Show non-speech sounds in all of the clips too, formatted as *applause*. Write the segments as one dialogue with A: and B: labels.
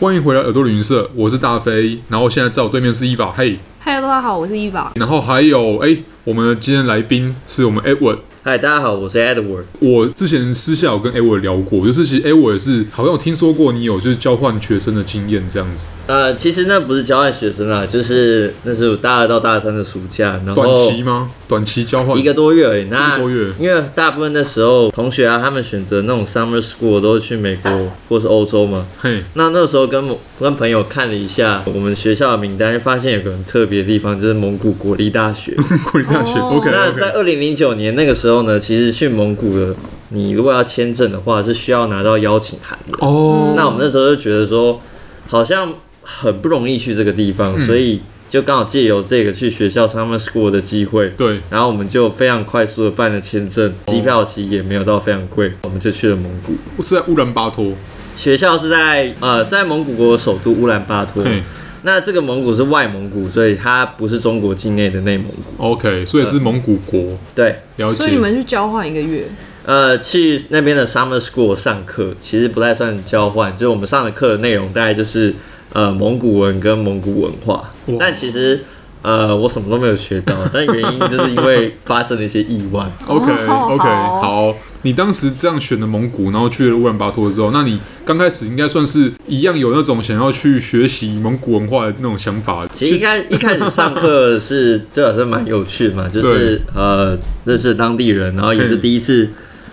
A: 欢迎回来耳朵旅行社，我是大飞，然后现在在我对面是伊法，嘿，
B: 嗨，大家好，我是伊娃。
A: 然后还有哎，我们今天来宾是我们 Edward，
C: 嗨，大家好，我是 Edward。
A: 我之前私下有跟 Edward 聊过，就是其实 Edward 是好像有听说过你有就是交换学生的经验这样子，
C: 呃，其实那不是交换学生啊，就是那是我大二到大三的暑假，然
A: 短
C: 后
A: 期吗？短期交换
C: 哦一个多月而已。
A: 一
C: 那
A: 个多月
C: 因为大部分的时候同学啊，他们选择那种 summer school 都是去美国或是欧洲嘛。
A: 嘿，
C: 那那时候跟我跟朋友看了一下我们学校的名单，发现有个很特别的地方，就是蒙古国立大
A: *laughs*
C: 学。
A: 国立大学
B: 哦
A: ，OK，
C: 那在二零零九年那个时候呢，其实去蒙古的，你如果要签证的话，是需要拿到邀请函的。
A: 哦，
C: 那我们那时候就觉得说，好像很不容易去这个地
A: 嗯
C: 方，所以就刚好借由这个去学校 summer school 的机会，
A: 对，
C: 然后我们就非常快速的办了签证，机票其实也没有到非常贵，我们就去了蒙古。
A: 是在乌兰巴托，
C: 学校是在呃是在蒙古国首都乌兰巴托，
A: 嘿
C: 那这个蒙古是外蒙古，所以它不是中国境内的内蒙古。
A: ，OK，所以是蒙古国，
C: 对，
A: 了
B: 所以你
A: 解，
B: 们去交换一个月，
C: 呃，去那边的 summer school 上课，其实不太算交换，就是我们上的课的内容大概就是呃蒙古文跟蒙古文化
A: 哇，
C: 但其实呃我什么都没有学到，但原因就是因为发生了一些意外。
A: OK
B: 哦
A: OK，
B: 好
A: 好，你当时这样选的蒙古，然后去了乌兰巴托之后，那你刚开始应该算是一样有那种想要去学习蒙古文化的那种想法。
C: 其实一开一开始上课是对我来说蛮有趣嘛，就是呃认识当地人，然后也是
A: 嗯
C: 第一次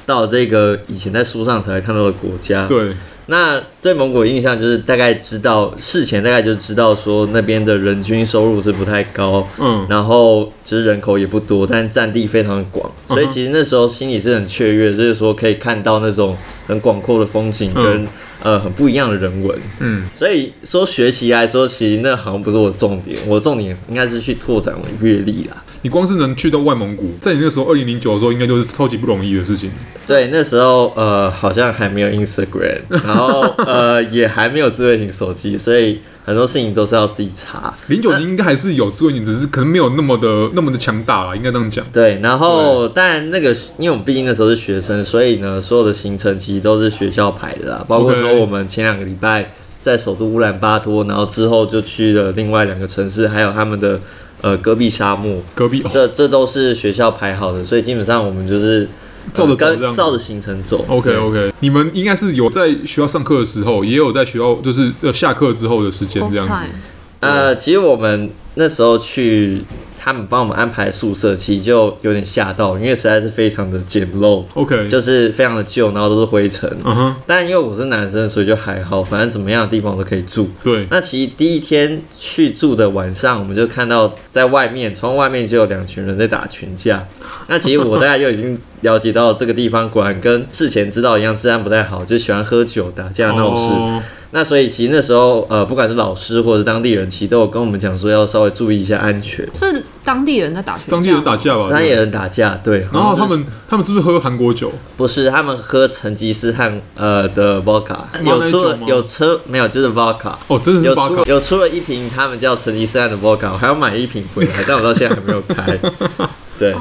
C: 到这个以前在书上才看到的国家。
A: 对，
C: 那对蒙古的印象就是大概知道事前大概就知道说那边的人均收入是不太高，
A: 嗯
C: 然后就是人口也不多，但占地非常的广，
A: 嗯哼
C: 所以其实那时候心里是很雀跃，就是说可以看到那种很广阔的风景
A: 嗯
C: 跟、呃很不一样的人文。
A: 嗯，
C: 所以说学习来说，其实那好像不是我的重点，我的重点应该是去拓展我的阅历啦。
A: 你光是能去到外蒙古，在你那时候二零零九的时候，应该就是超级不容易的事情。
C: 对，那时候呃好像还没有
A: *laughs*
C: Instagram，然后呃也还没有智慧型手机，所以很多事情都是要自己查。
A: 零九年应该还是有智慧，你只是可能没有那么的那么的强大啦，应该这样讲。
C: 对，然后但那个，因为我们毕竟那时候是学生，所以呢，所有的行程其实都是学校排的啦，包括
A: OK
C: 说我们前两个礼拜在首都乌兰巴托，然后之后就去了另外两个城市，还有他们的呃戈壁沙漠，
A: 隔壁哦
C: 这这都是学校排好的，所以基本上我们就是呃
A: 照着走这样
C: 跟
A: 子
C: 照着行程走。
A: ，OK
C: 对
A: OK，你们应该是有在学校上课的时候，也有在学校就是呃下课之后的时间
B: off
A: 这样子
B: time。
C: 呃，其实我们那时候去，他们帮我们安排宿舍，其实就有点吓到，因为实在是非常的简陋，
A: OK，
C: 就是非常的旧，然后都是灰尘。
A: 嗯哼，
C: 但因为我是男生，所以就还好，反正怎么样的地方我都可以住。
A: 对，
C: 那其实第一天去住的晚上，我们就看到在外面窗外面就有两群人在打群架。那其实我大概就已经了解到这个地方果然跟事前知道一样，治安不太好，就喜欢喝酒打架闹事。
A: 哦
C: 那所以其实那时候呃，不管是老师或者是当地人，其实都有跟我们讲说要稍微注意一下安全。
A: 哦
B: 是当地人在打拳，
A: 当地人打架吧，
C: 当然
A: 对
C: 也有人打架，对。
A: 然后
C: 好像
A: 他
C: 是
A: 们他们是不是喝韩国酒？
C: 不是他们喝成吉思汗呃的 vodka，
A: 马
C: 有
A: 奶
C: 出
A: 酒
C: 了
A: 吗
C: 有车没有就是 vodka。
A: 哦，真的是
C: 有
A: 巴
C: 出
A: 卡
C: 了有出了一瓶，他们叫成吉思汗的 vodka，我还要买一瓶回来，但我到现在还没有
A: *laughs*
C: 开。对，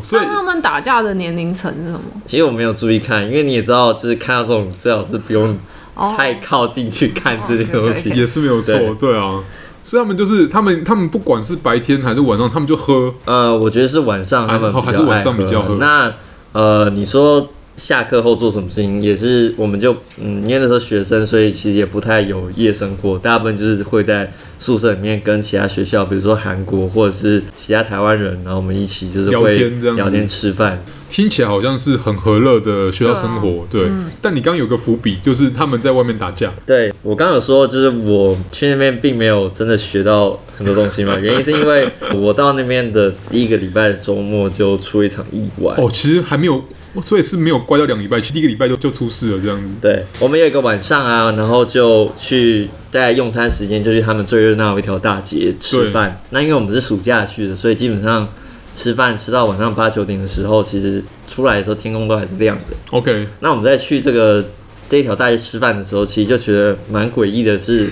A: 哦，所以
B: 那
C: 啊
B: 他们打架的年龄层是什么？
C: 其实我没有注意看，因为你也知道，就是看到这种最好是不用
B: 哦
C: 太靠近去看这些东
B: 哦
C: 西。
A: 也是没有错，
C: 对
A: 对啊。所以他们就是他们，他们不管是白天还是晚上，他们就喝，
C: 呃，我觉得是晚上他们
A: 还是还是晚上比较
C: 爱
A: 喝
C: 喝。那呃，你说下课后做什么事情，也是我们就嗯，因为那时候学生，所以其实也不太有夜生活，大部分就是会在宿舍里面跟其他学校，比如说韩国或者是其他台湾人，然后我们一起就是
A: 聊
C: 会
A: 天这样子
C: 聊天吃饭。
A: 听起来好像是很和乐的学校生活，
C: 啊
A: 对。
C: 嗯
A: 但你刚刚有个伏笔，就是他们在外面打架，
C: 对我刚刚有说，就是我去那边并没有真的学到很多东西嘛，原因是因为我到那边的第一个礼拜的周末就出一场意外。
A: 哦，其实还没有，所以是没有乖到两个礼拜，其实第一个礼拜就就出事了这样子。
C: 对，我们有一个晚上啊，然后就去在用餐时间就去他们最热闹的一条大街吃饭。那因为我们是暑假去的，所以基本上吃饭吃到晚上八九点的时候，其实出来的时候天空都还是亮的。
A: OK，
C: 那我们在去这个这一条大街吃饭的时候，其实就觉得蛮诡异的是，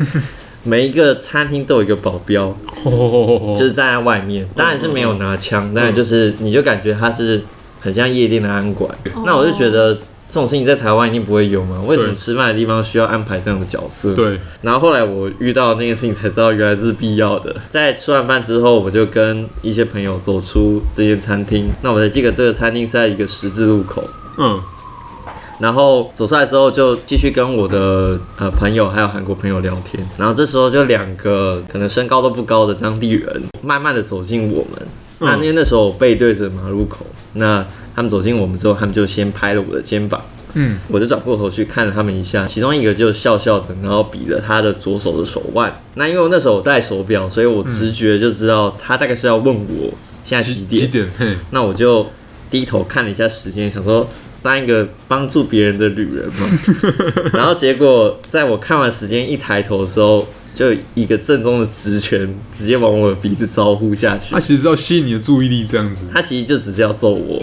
C: 每一个餐厅都有一个保镖，
A: 吼吼吼吼
C: *laughs* 就
A: 吼，
C: 是站在外面，当然是没有
A: 嗯
C: 拿枪，但就是你就感觉他是很像夜店的安管。那我就觉得这种事情在台湾一定不会有嘛？为什么
A: 哦对
C: 吃饭的地方需要安排这样的角色？
A: 对，
C: 然后后来我遇到那件事情才知道原来是必要的。在吃完饭之后，我就跟一些朋友走出这间餐厅。那我才记得这个餐厅是在一个十字路口。
A: 嗯，
C: 然后走出来之后，就继续跟我的呃朋友还有韩国朋友聊天。然后这时候就两个可能身高都不高的当地人，慢慢的走进我们。那
A: 嗯
C: 那那时候我背对着马路口，那他们走进我们之后，他们就先拍了我的肩膀。
A: 嗯，
C: 我就转过头去看了他们一下，其中一个就笑笑的，然后比了他的左手的手腕。那因为我那时候我戴手表，所以我直觉就知道他大概是要问我现在几点。
A: 嗯几点？嘿，
C: 那我就低头看了一下时间，想说当一个帮助别人的旅人嘛。
A: *laughs*
C: 然后结果在我看完时间一抬头的时候，就一个正宗的直拳直接往我的鼻子招呼下去
A: 啊他。其实是要吸引你的注意力，这样子，
C: 他其实就只是要揍
A: *laughs*
C: 我。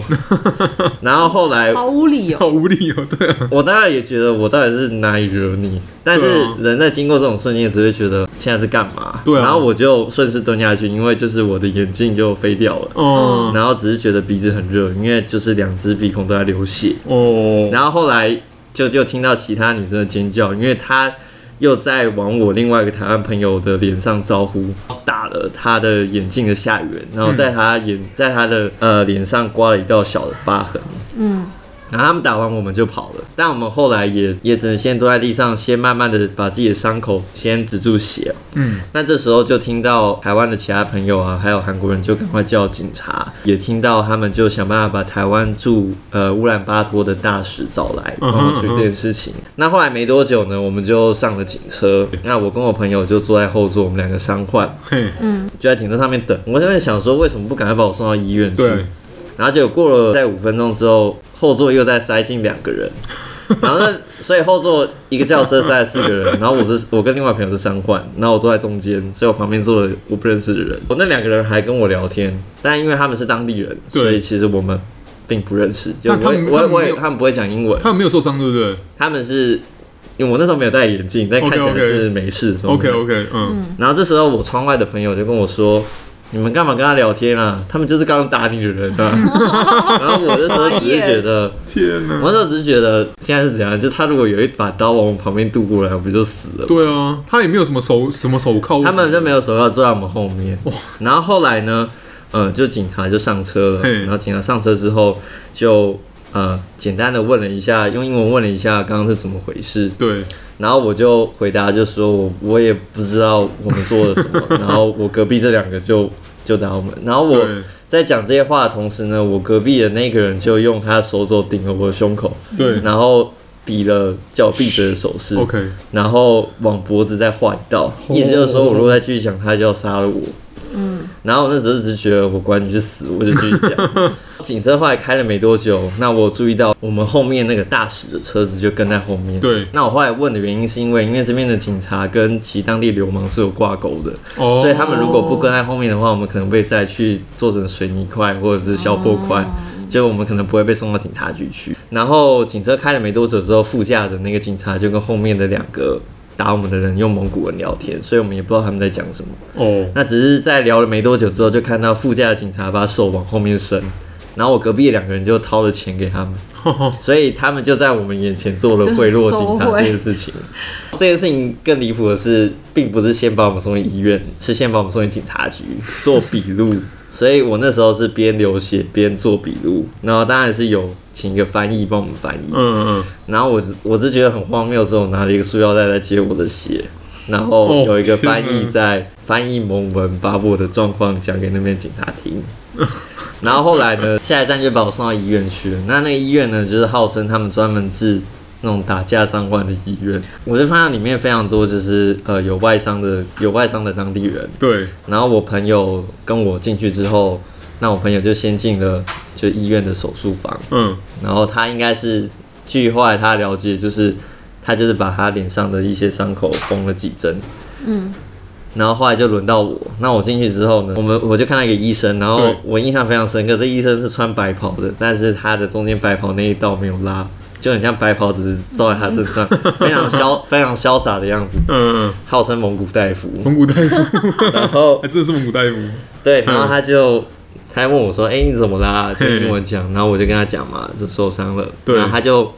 C: 然后后
A: 呃
C: 来
B: 毫无理由。
A: 好无理哦，对啊，
C: 我当然也觉得我到底是哪里惹你，但
A: 对
C: 是
A: 啊
C: 人在经过这种瞬间，只会觉得现在是干嘛？
A: 对啊
C: 然后我就顺势蹲下去，因为就是我的眼镜就飞掉了。
A: 哦
C: 然后只是觉得鼻子很热，因为就是两只鼻孔都在流血。
A: 哦，
C: 然后后来就就听到其他女生的尖叫，因为她又在往我另外一个台湾朋友的脸上招呼，打了她的眼镜的下缘，然后在她眼、在她的呃脸上刮了一道小的疤痕。
B: 嗯，
C: 然后他们打完我们就跑了，但我们后来也也只能先蹲在地上，先慢慢的把自己的伤口先止住血。哦
A: 嗯，
C: 那这时候就听到台湾的其他朋友啊，还有韩国人就赶快叫警察，也听到他们就想办法把台湾驻呃乌兰巴托的大使找来，
A: 嗯
C: 帮
A: 哼
C: 我处理这件事情。那后来没多久呢，我们就上了警车，那我跟我朋友就坐在后座，我们两个伤患
A: 嘿，
C: 就在警车上面等。我现在想说，为什么不赶快把我送到医院去？
A: 对，
C: 然后结果过了在五分钟之后，后座又再塞进两个人，
A: *laughs*
C: 然后呢，所以后座一个轿车塞了四个人，然后我是我跟另外朋友是三换，然后我坐在中间，所以我旁边坐了我不认识的人，我那两个人还跟我聊天，但因为他们是当地人，
A: 对
C: 所以其实我们。并不认识，就
A: 那他
C: 我也
A: 们
C: 我也
A: 他们
C: 我
A: 没
C: 也
A: 有
C: 他们不会讲英文，
A: 他们没有受伤，对不对
C: 他们是因为我那时候没有戴眼镜，但看起来
A: OK，OK
C: 是没事。所以我
A: ？OK OK，嗯，
C: 然后这时候我窗外的朋友就跟我说：“你们干嘛跟他聊天啊？他们就是刚刚打你的人啊。” *laughs* 然后我那时候只是觉得，
A: 天哪
C: 我那，时候只是觉得现在是怎样？就他如果有一把刀往我旁边渡过来，我不就死了？
A: 对啊，他也没有什么手什么手铐，
C: 他们就没有手要坐在我们后面。然后后来呢，呃，就警察就上车了。
A: 嘿
C: 然后警察上车之后就。呃，简单的问了一下，用英文问了一下刚刚是怎么回事，
A: 对，
C: 然后我就回答就说我我也不知道我们做了什
A: *laughs*
C: 么，然后我隔壁这两个就就打我们，然后我
A: 对
C: 在讲这些话的同时呢，我隔壁的那个人就用他的手肘顶了我的胸口，
A: 对
C: 然后比了叫我闭嘴的手势
A: ，OK，
C: 然后往脖子再划一道，意思就是说我如果再继续讲，他就要杀了我。嗯，然后我那时候只是觉得我管你去死，我就继续讲。警车后来开了没多久，那我注意到我们后面那个大使的车子就跟在后面。
A: 对
C: 那我后来问的原因是因为，因为这边的警察跟其当地流氓是有挂钩的，
A: 哦，
C: 所以他们如果不跟在后面的话，我们可能被再去做成水泥块或者是小破块，就我们可能不会被送到警察局去。然后警车开了没多久之后，副驾的那个警察就跟后面的两个打我们的人用蒙古文聊天，所以我们也不知道他们在讲什么。
A: 哦，
C: 那只是在聊了没多久之后，就看到副驾的警察把手往后面伸，然后我隔壁的两个人就掏了钱给他们，所以他们就在我们眼前做了贿赂警察这件事情。这件事情更离谱的是，并不是先把我们送去医院，是先把我们送去警察局做笔录。所以我那时候是边流血边做笔录，然后当然是有请一个翻译帮我们翻译。
A: 嗯嗯，
C: 然后我只我是觉得很荒谬，是我拿了一个塑料袋在接我的血，然后有一个翻译在翻译蒙文把我的状况讲给那边警察听。然后后来呢，下一站就把我送到医院去了。那那个医院呢，就是号称他们专门治那种打架伤患的医院。我就发现里面非常多就是呃有外伤的有外伤的当地人，
A: 对，
C: 然后我朋友跟我进去之后，那我朋友就先进了就医院的手术房，
A: 嗯，
C: 然后他应该是，据后来他了解，就是他就是把他脸上的一些伤口缝了几针，
B: 嗯，
C: 然后后来就轮到我，那我进去之后呢，我们我就看到一个医生，然后
A: 对
C: 我印象非常深刻，这医生是穿白袍的，但是他的中间白袍那一道没有拉，就很像白袍只是罩在他身上，非常潇非常潇洒的样子，
A: 嗯嗯，
C: 号称蒙古大夫，
A: 蒙古大夫， *laughs*
C: 然后
A: 还真的是蒙古大夫，
C: 对，然后他就他还问我说：“哎、你怎么啦？”就英文讲，然后我就跟他讲嘛，就受伤了。
A: 对
C: 然后他就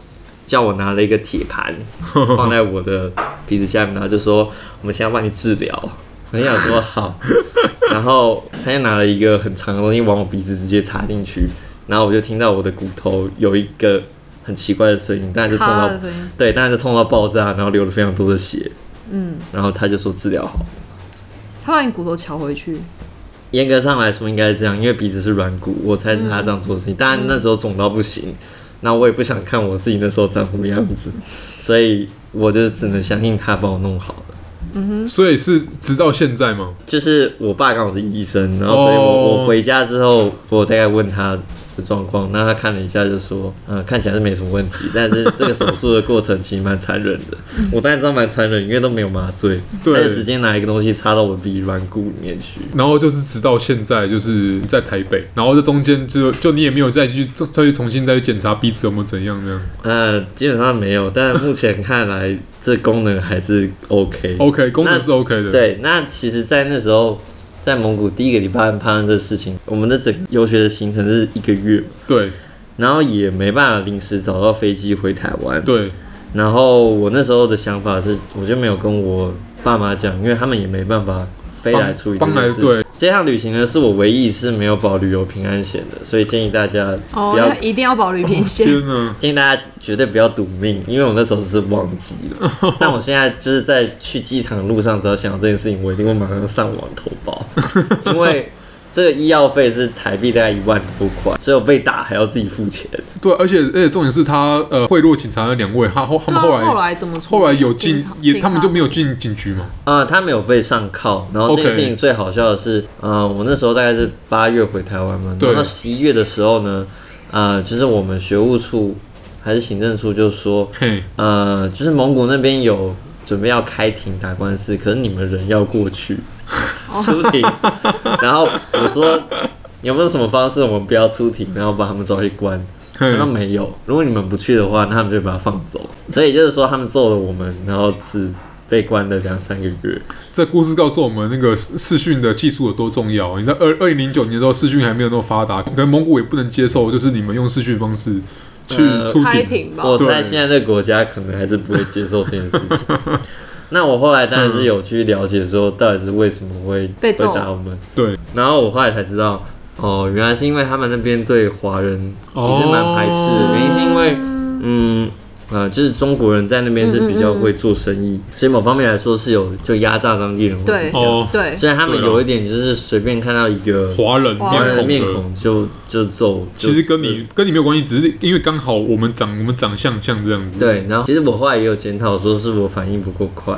C: 叫我拿了一个铁盘放在我的鼻子下面，然后就说我们现在帮你治疗。我就想说好，然后他就拿了一个很长的东西往我鼻子直接插进去，然后我就听到我的骨头有一个很奇怪的声音，但是痛
B: 咔
C: 到
B: 的声音，
C: 对，当然是痛到爆炸，然后流了非常多的血。嗯，然后他就说治疗好。
B: 他把你骨头敲回去，
C: 严格上来说应该是这样，因为鼻子是软骨，我猜是他这样做的事情。当然那时候肿到不行，那我也不想看我自己那时候长什么样子，所以我就只能相信他帮我弄好了。
A: 所以是直到现在吗？
C: 就是我爸刚好是医生，然后所以我、
A: 哦
C: 我回家之后，我大概问他的状况，那他看了一下就说，嗯、看起来是没什么问题，但是这个手术的过程其实蛮残忍的。我当然知道蛮残忍，因为都没有麻醉，
A: 对
C: 他就直接拿一个东西插到我鼻软骨里面去。
A: 然后就是直到现在，就是在台北，然后这中间就就你也没有再去再再去重新再去检查鼻子有没有怎样那样。
C: 呃，基本上没有，但目前看来这功能还是 OK。
A: OK，功能
C: 那
A: 是 OK 的。，
C: 对，那其实，在那时候，在蒙古第一个礼拜发生这事情，我们的整个游学的行程是一个月，
A: 对
C: 然后也没办法临时找到飞机回台湾。
A: 对
C: 然后我那时候的想法是，我就没有跟我爸妈讲，因为他们也没办法飞来处理这
A: 帮帮
C: 件
A: 来
C: 事。
A: 对，
C: 这趟旅行呢，是我唯一一次没有保旅游平安险的，所以建议大家
B: 哦，
C: 不要
B: 那一定要保旅平
A: *laughs*
B: 险。
A: 天哪！
C: 建议大家绝对不要赌命，因为我那时候只是忘记
A: *laughs*
C: 了。但我现在就是在去机场的路上，只要想到这件事情，我一定会马上上网投
A: *laughs*
C: 保，因为这个医药费是台币大概一万多块，所以我被打还要自己付钱。
A: 对，而且而且重点是他呃贿赂警察的两位，他后他
B: *laughs* 对
A: 们后
B: 啊，
A: 来
B: 后来怎么处理？
A: 后来有进
B: 警察
A: 也
B: 警
A: 他们
B: 察
A: 就没有进警局嘛。
C: 啊、他没有被上铐。然后这件
A: OK
C: 事情最好笑的是，呃，我那时候大概是八月回台湾嘛，
A: 对
C: 然后到十一月的时候呢，呃，就是我们学务处还是行政处就说，
A: 嘿，
C: 呃，就是蒙古那边有准备要开庭打官司，可是你们人要过去
B: 哦
C: *laughs* 出庭，然后我说有没有什么方式我们不要出庭，然后把他们抓去关？
A: 嘿
C: 他说没有，如果你们不去的话，那他们就把他放走。所以就是说他们揍了我们，然后只被关了两三个月。
A: 这故事告诉我们那个视视讯的技术有多重要。你在二二零零九年的时候，视讯还没有那么发达，可能蒙古也不能接受，就是你们用视讯方式去
C: 呃
A: 出
B: 开
A: 警。
B: 庭吧。
C: 我猜
A: 对
C: 现在这个国家可能还是不会接受这件事情。 *laughs* 那我后来当然是有去了解说到底是为什么会
B: 被
C: 会
B: 揍
C: 打我们。
A: 对，
C: 然后我后来才知道，哦，原来是因为他们那边对华人其实蛮排斥
A: 哦
C: 的，原因是因为，嗯。呃，就是中国人在那边是比较会做生意，所以某方面来说是有就压榨当地人或怎么
B: 对
C: 样，
A: 哦
B: 对，
C: 所以他们
A: 对啊
C: 有一点就是随便看到一个
A: 华人
B: 华
C: 华人的
A: 面
C: 面
A: 孔的
C: 孔就就揍，就
A: 其实跟你跟你没有关系，只是因为刚好我们长我们长相像这样子。
C: 对，然后其实我后来也有检讨，说是我反应不够快。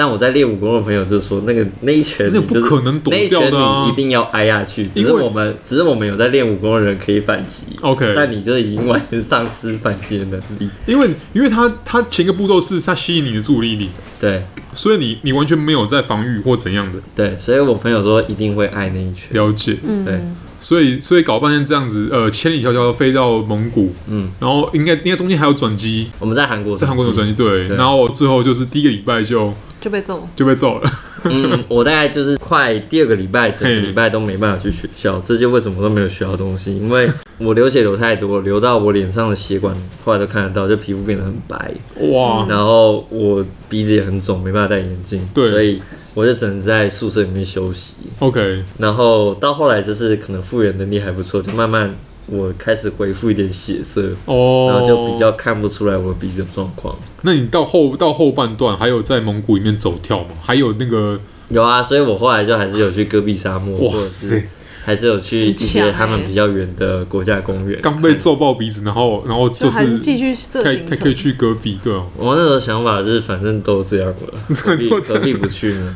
C: 但我在练武功的朋友就说，那个那一拳
A: 那
C: 你
A: 不
C: 就是
A: 可能躲
C: 那一
A: 掉
C: 拳
A: 的啊
C: 你一定要挨下去。只
A: 因
C: 是
A: 为哦
C: 我们只是我们有在练武功的人可以反击
A: ，OK。
C: 但你就是已经完全丧失反击的能力。
A: 因为因为他他前一个步骤是他吸引你的注意力，
C: 对
A: 所以你你完全没有在防御或怎样的
C: 对，所以我朋友说一定会挨那一拳。
A: 了解，
C: 对，
A: 所以所以搞半天这样子，呃，千里迢迢飞到蒙古，
C: 嗯，
A: 然后应该应该中间还有转机，
C: 我们在韩国，
A: 在韩国有转机，对，
C: 嗯对
A: 然后最后就是第一个礼拜就
B: 就被揍。
A: 就被揍
C: *laughs*
A: 了，
C: 嗯，我大概就是快第二个礼拜，整个
A: 嘿
C: 礼拜都没办法去学校，这就为什么都没有学到东西，因为我流血流太多，流到我脸上的血管后来都看得到，就皮肤变得很白，
A: 哇，
C: 然后我鼻子也很肿，没办法戴眼镜，
A: 对
C: 所以我就只能在宿舍里面休息。
A: OK，
C: 然后到后来就是可能复原能力还不错，就慢慢我开始恢复一点血色，
A: 哦，
C: 然后就比较，看不出来我鼻子的状况。
A: 那你到后到后半段还有在蒙古里面走跳吗？还有那个，
C: 有啊，所以我后来就还是有去戈壁沙漠，
A: 哇
C: 或者是
A: 塞，
C: 还是有去一些他们比较远的国家公园。
A: 刚被揍爆鼻子，然后然后
B: 就
A: 就
B: 还是
A: 是
B: 继续这
A: 可以
B: 行
A: 可以可以
B: 程，
A: 去戈壁，对哦，
C: 我那时候想法是，反正都这样
A: *laughs*
C: 了，何必
A: 都这
C: 何
A: 样
C: 必不去呢？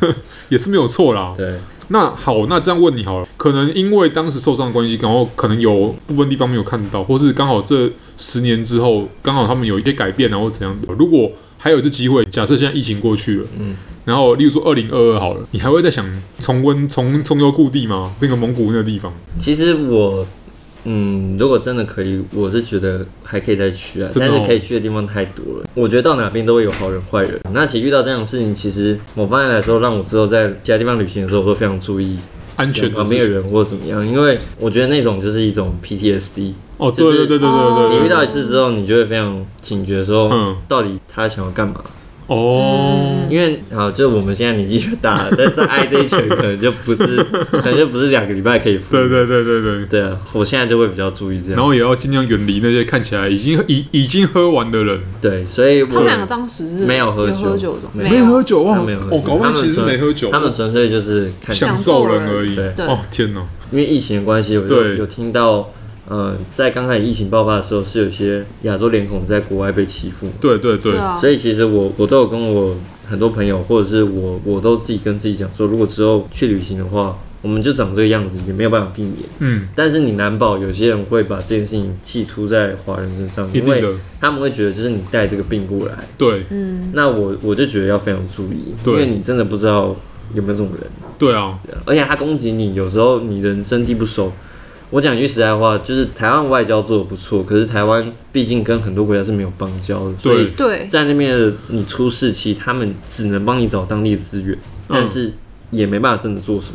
A: 也是没有错啦，
C: 对，
A: 那好，那这样问你好了，可能因为当时受伤的关系，然后可能有部分地方没有看到，或是刚好这十年之后，刚好他们有一些改变，然后怎样？如果还有这机会，假设现在疫情过去了，嗯，然后例如说二零二二好了，你还会再想重温重重游故地吗？那个蒙古那个地方，
C: 其实我，嗯，如果真的可以，我是觉得还可以再去啊，
A: 真的
C: 但
A: 哦
C: 是可以去的地方太多了。我觉得到哪边都会有好人坏人。那其实遇到这样的事情，其实某方面来说，让我之后在其他地方旅行的时候，我都非常注意
A: 安全的
C: 旁
A: 事
C: 边的
A: 情。
C: 人或怎么样，因为我觉得那种就是一种 PTSD。
A: 哦，对
C: 就是
A: 对对对对
C: 你
A: 对对，
C: 遇到一次之后，你就会非常警觉，
A: 嗯
C: 说到底他想要干嘛？
A: 哦，
C: 因为好，就我们现在年纪越大了，但在爱这一拳可能就不是，可能就不是两个礼拜可以复。
A: 对对对对对。
C: 对啊，我现在就会比较注意这
A: 然
C: 样。
A: 后也要尽量远离那些看起来已经已已经喝完的人。
C: 对，所以
B: 他们两
C: 我
B: 个当时是
C: 没有喝
B: 有
C: 酒
B: 喝酒的，
C: 没有
A: 喝酒
C: 他
A: 哇，
C: 没有喝酒
A: 哦，搞
C: 他
A: 忘
C: 们
A: 其实
C: 纯
A: 没喝酒，
C: 他们纯粹就是看，
A: 想揍人而已。
C: 对
B: 对
A: 哦天哪，
C: 因为疫情的关系，我就
A: 对
C: 有听到，呃，在刚开始疫情爆发的时候，是有些亚洲脸孔在国外被欺负嘛。
A: 对对对
B: 对，啊，
C: 所以其实我我都有跟我很多朋友，或者是我我都自己跟自己讲说，如果之后去旅行的话，我们就长这个样子，也没有办法避免。
A: 嗯，
C: 但是你难保有些人会把这件事情寄出在华人身上，
A: 一
C: 因
A: 定
C: 为
A: 的，
C: 他们会觉得就是你带这个病过来，
A: 对
B: 嗯，
C: 那我我就觉得要非常注意，
A: 对
C: 因为你真的不知道有没有这种人，
A: 对啊，
C: 而且他攻击你，有时候你人生地不熟。我讲句实在话，就是台湾外交做的不错，可是台湾毕竟跟很多国家是没有邦交的，所以
A: 对
B: 对，
C: 在那边的你出事期，他们只能帮你找当地的资源，
A: 嗯
C: 但是也没办法真的做什么。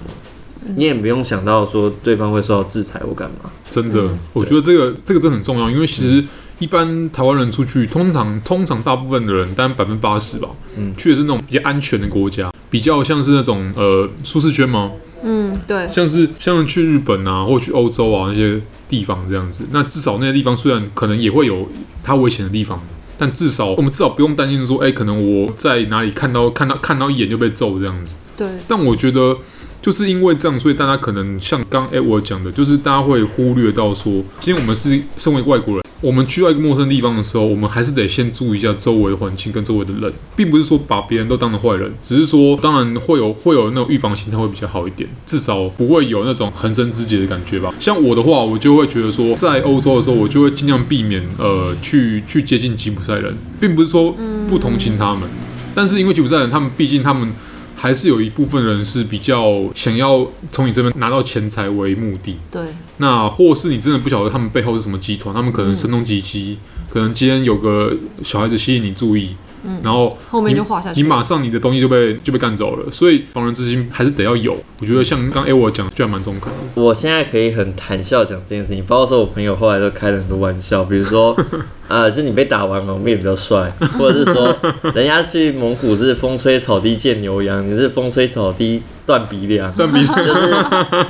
C: 你也不用想到说对方会受到制裁或干嘛，
A: 真的，
C: 嗯
A: 我觉得这个这个真的很重要，因为其实一般台湾人出去，通常通常大部分的人，大概百分之八十吧，
C: 嗯
A: 去的是那种比较安全的国家，比较像是那种呃舒适圈嘛，
B: 嗯对，
A: 像是像去日本啊，或去欧洲啊那些地方这样子。那至少那些地方虽然可能也会有它危险的地方，但至少我们至少不用担心说，哎、可能我在哪里看到看到看到一眼就被揍这样子。
B: 对，
A: 但我觉得就是因为这样，所以大家可能像刚哎我讲的，就是大家会忽略到说，今天我们是身为外国人，我们去到一个陌生地方的时候，我们还是得先注意一下周围环境跟周围的人，并不是说把别人都当成坏人，只是说当然会有会有那种预防心态会比较好一点，至少不会有那种横生枝节的感觉吧。像我的话，我就会觉得说，在欧洲的时候，我就会尽量避免呃去去接近吉普赛人，并不是说不同情他们。但是因为吉普赛人，他们毕竟他们还是有一部分人是比较想要从你这边拿到钱财为目的。
B: 对，
A: 那或是你真的不晓得他们背后是什么集团，他们可能声东击
B: 嗯
A: 西，可能今天有个小孩子吸引你注意，然后
B: 嗯后面就画下去
A: 你马上你的东西就被就被干走了。所以防人之心还是得要有。我觉得像刚 A 我讲，就还蛮中肯的。
C: 我现在可以很谈笑讲这件事情，包括说我朋友后来都开了很多玩笑，比如说，呃，就是你被打完了，我们也比较帅，或者是说，人家去蒙古是风吹草低见牛羊，你是风吹草低断鼻梁，
A: 但比
C: 就是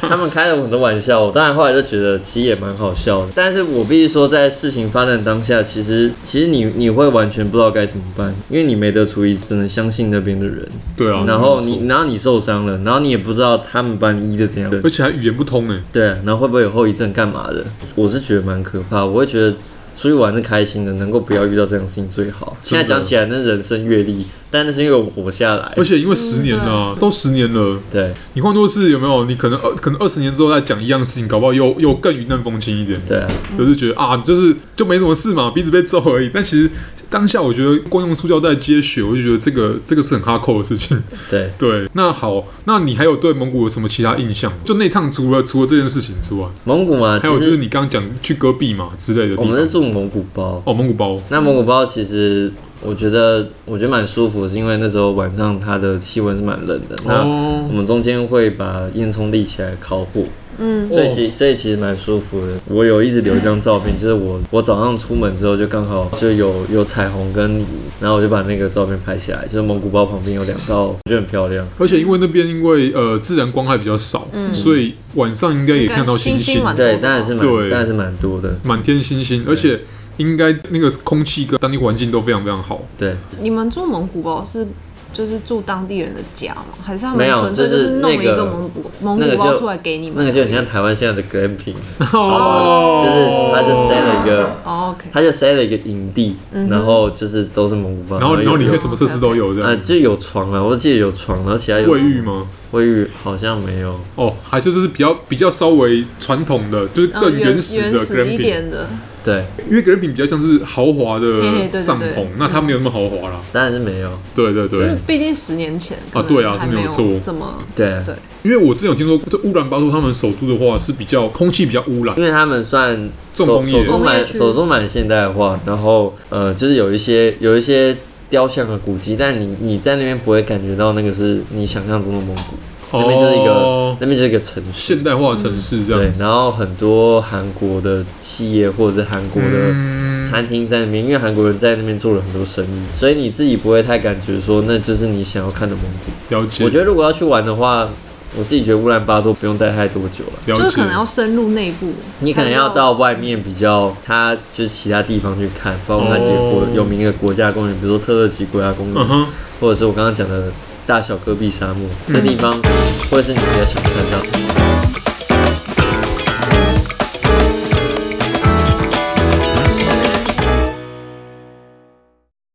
C: 他们开了我很多玩笑，我当然后来就觉得其实也蛮好笑的。但是我必须说，在事情发展当下，其实其实你你会完全不知道该怎么办，因为你没得处理，只能相信那边的人。
A: 对啊，
C: 然后
A: 是没错
C: 你然后你受伤了，然后你也不知道他们把你医的怎样，
A: 而且还语言不通哎、
B: 嗯
C: 对，然后会不会有后遗症干嘛的？我是觉得蛮可怕，我会觉得。出去玩是开心的，能够不要遇到这样的事情最好。现在讲起来，那是人生阅历，但那是因为我活下来
A: 而。且因为十年了、啊
B: 嗯
A: 都十年了，
C: 对
A: 你换作是有没有？你可能二可能二十年之后再讲一样事情，搞不好又又更云淡风轻一点。
C: 对啊，
A: 就是觉得啊，就是就没什么事嘛，鼻子被揍而已。但其实当下我觉得光用塑胶袋接血，我就觉得这个这个是很哈扣的事情。 *laughs*
C: 对。
A: 对，那好，那你还有对蒙古有什么其他印象？就那趟除了除了这件事情之外，
C: 蒙古嘛，
A: 还有
C: 其
A: 就
C: 实
A: 是你刚刚讲去戈壁嘛之类的地
C: *laughs* 我们是
A: 方。
C: 住蒙古包，
A: 哦，蒙古包，
C: 那蒙古包其实我觉得我觉得蛮舒服，是因为那时候晚上它的气温是蛮冷的。那
A: 哦
C: 我们中间会把烟囱立起来烤火，
B: 嗯
C: 所以
A: 哦
C: 其所以其实蛮舒服的。我有一直留一张照
A: 嗯
C: 片，就是我我早上出门之后就刚好就有有彩虹跟雨，然后我就把那个照片拍下来，就是蒙古包旁边有两道，我觉得很漂亮。
A: 而且因为那边因为呃自然光害比较少，
C: 嗯
A: 所以晚上应该也看到星
B: 应该星星蛮
C: 对，当然是蛮
A: 哦对
C: 当然是蛮多的，
A: 满天星星，而且应该那个空气跟当地环境都非常非常好。
C: 对。
B: 你们住蒙古包是就是住当地人的家吗？还是他
C: 没
B: 们
C: 有
B: 纯粹
C: 就是
B: 是弄了一
C: 那
B: 个
C: 个
B: 蒙古蒙
C: 那个
B: 古包
C: 就
B: 出来给你们
C: 那
B: 而已？
C: 个就很像台湾现在的 glamping，
A: 哦
C: 就是他就 set 了一个
B: 哦，OK，
C: 他就塞了一个营地，然后就是都是蒙古包，
A: 嗯然后然后里
C: 有
A: 面什么设施都有这
C: 啊
A: 样，
C: 就有床啊，我记得有床，然后其他有
A: 卫浴吗？
C: 卫浴好像没有，
A: 哦，还就就是比较比较稍微传统的，就是
B: 然后
A: 更
B: 哦嗯原
A: 始
B: 原
A: 的
B: 始
A: glamping，
B: 一点的，
C: 对，
A: 因为 glamping 比较像是豪华
B: 嘿嘿对对
A: 的
B: 对
A: 帐篷，那它没有那么豪华啦。
C: 当然是没有，
A: 对对对
B: 那，毕竟十年前
A: 啊对啊
B: 可
A: 是
B: 能
A: 没有
B: 还有
A: 错
B: 这么
C: 对，
B: 对
A: 因为我之前有听说，这乌兰巴托他们首都的话是比较空气比较污染，
C: 因为他们算
A: 重
C: 手
A: 工业
C: 手
B: 工
C: 工
B: 业
C: 蛮
B: 区
C: 手工蛮现代化，然后呃，就是有一些有一些雕像和古迹，但你你在那边不会感觉到那个是你想象中的蒙古，
A: 那
C: 那边就是一个、那边就是一个城市，
A: 现代化哦的城市这
C: 对
A: 样，子。
C: 然后很多韩国的企业或者是韩国的
A: 嗯，
C: 餐厅在那边，因为韩国人在那边做了很多生意，所以你自己不会太感觉说那就是你想要看的蒙古。
A: 嗯了解，
C: 我觉得如果要去玩的话，我自己觉得乌兰巴托不用待太多久了。
A: 了解，
B: 就是可能要深入内部，
C: 你可能要到外面比较，它就是其他地方去看，包括那几个国、
A: 哦
C: 有名的国家公园，比如说特勒奇国家公园，
A: 嗯哼，嗯
C: 或者是我刚刚讲的大小戈壁沙漠，这地方会是你比较想看到的。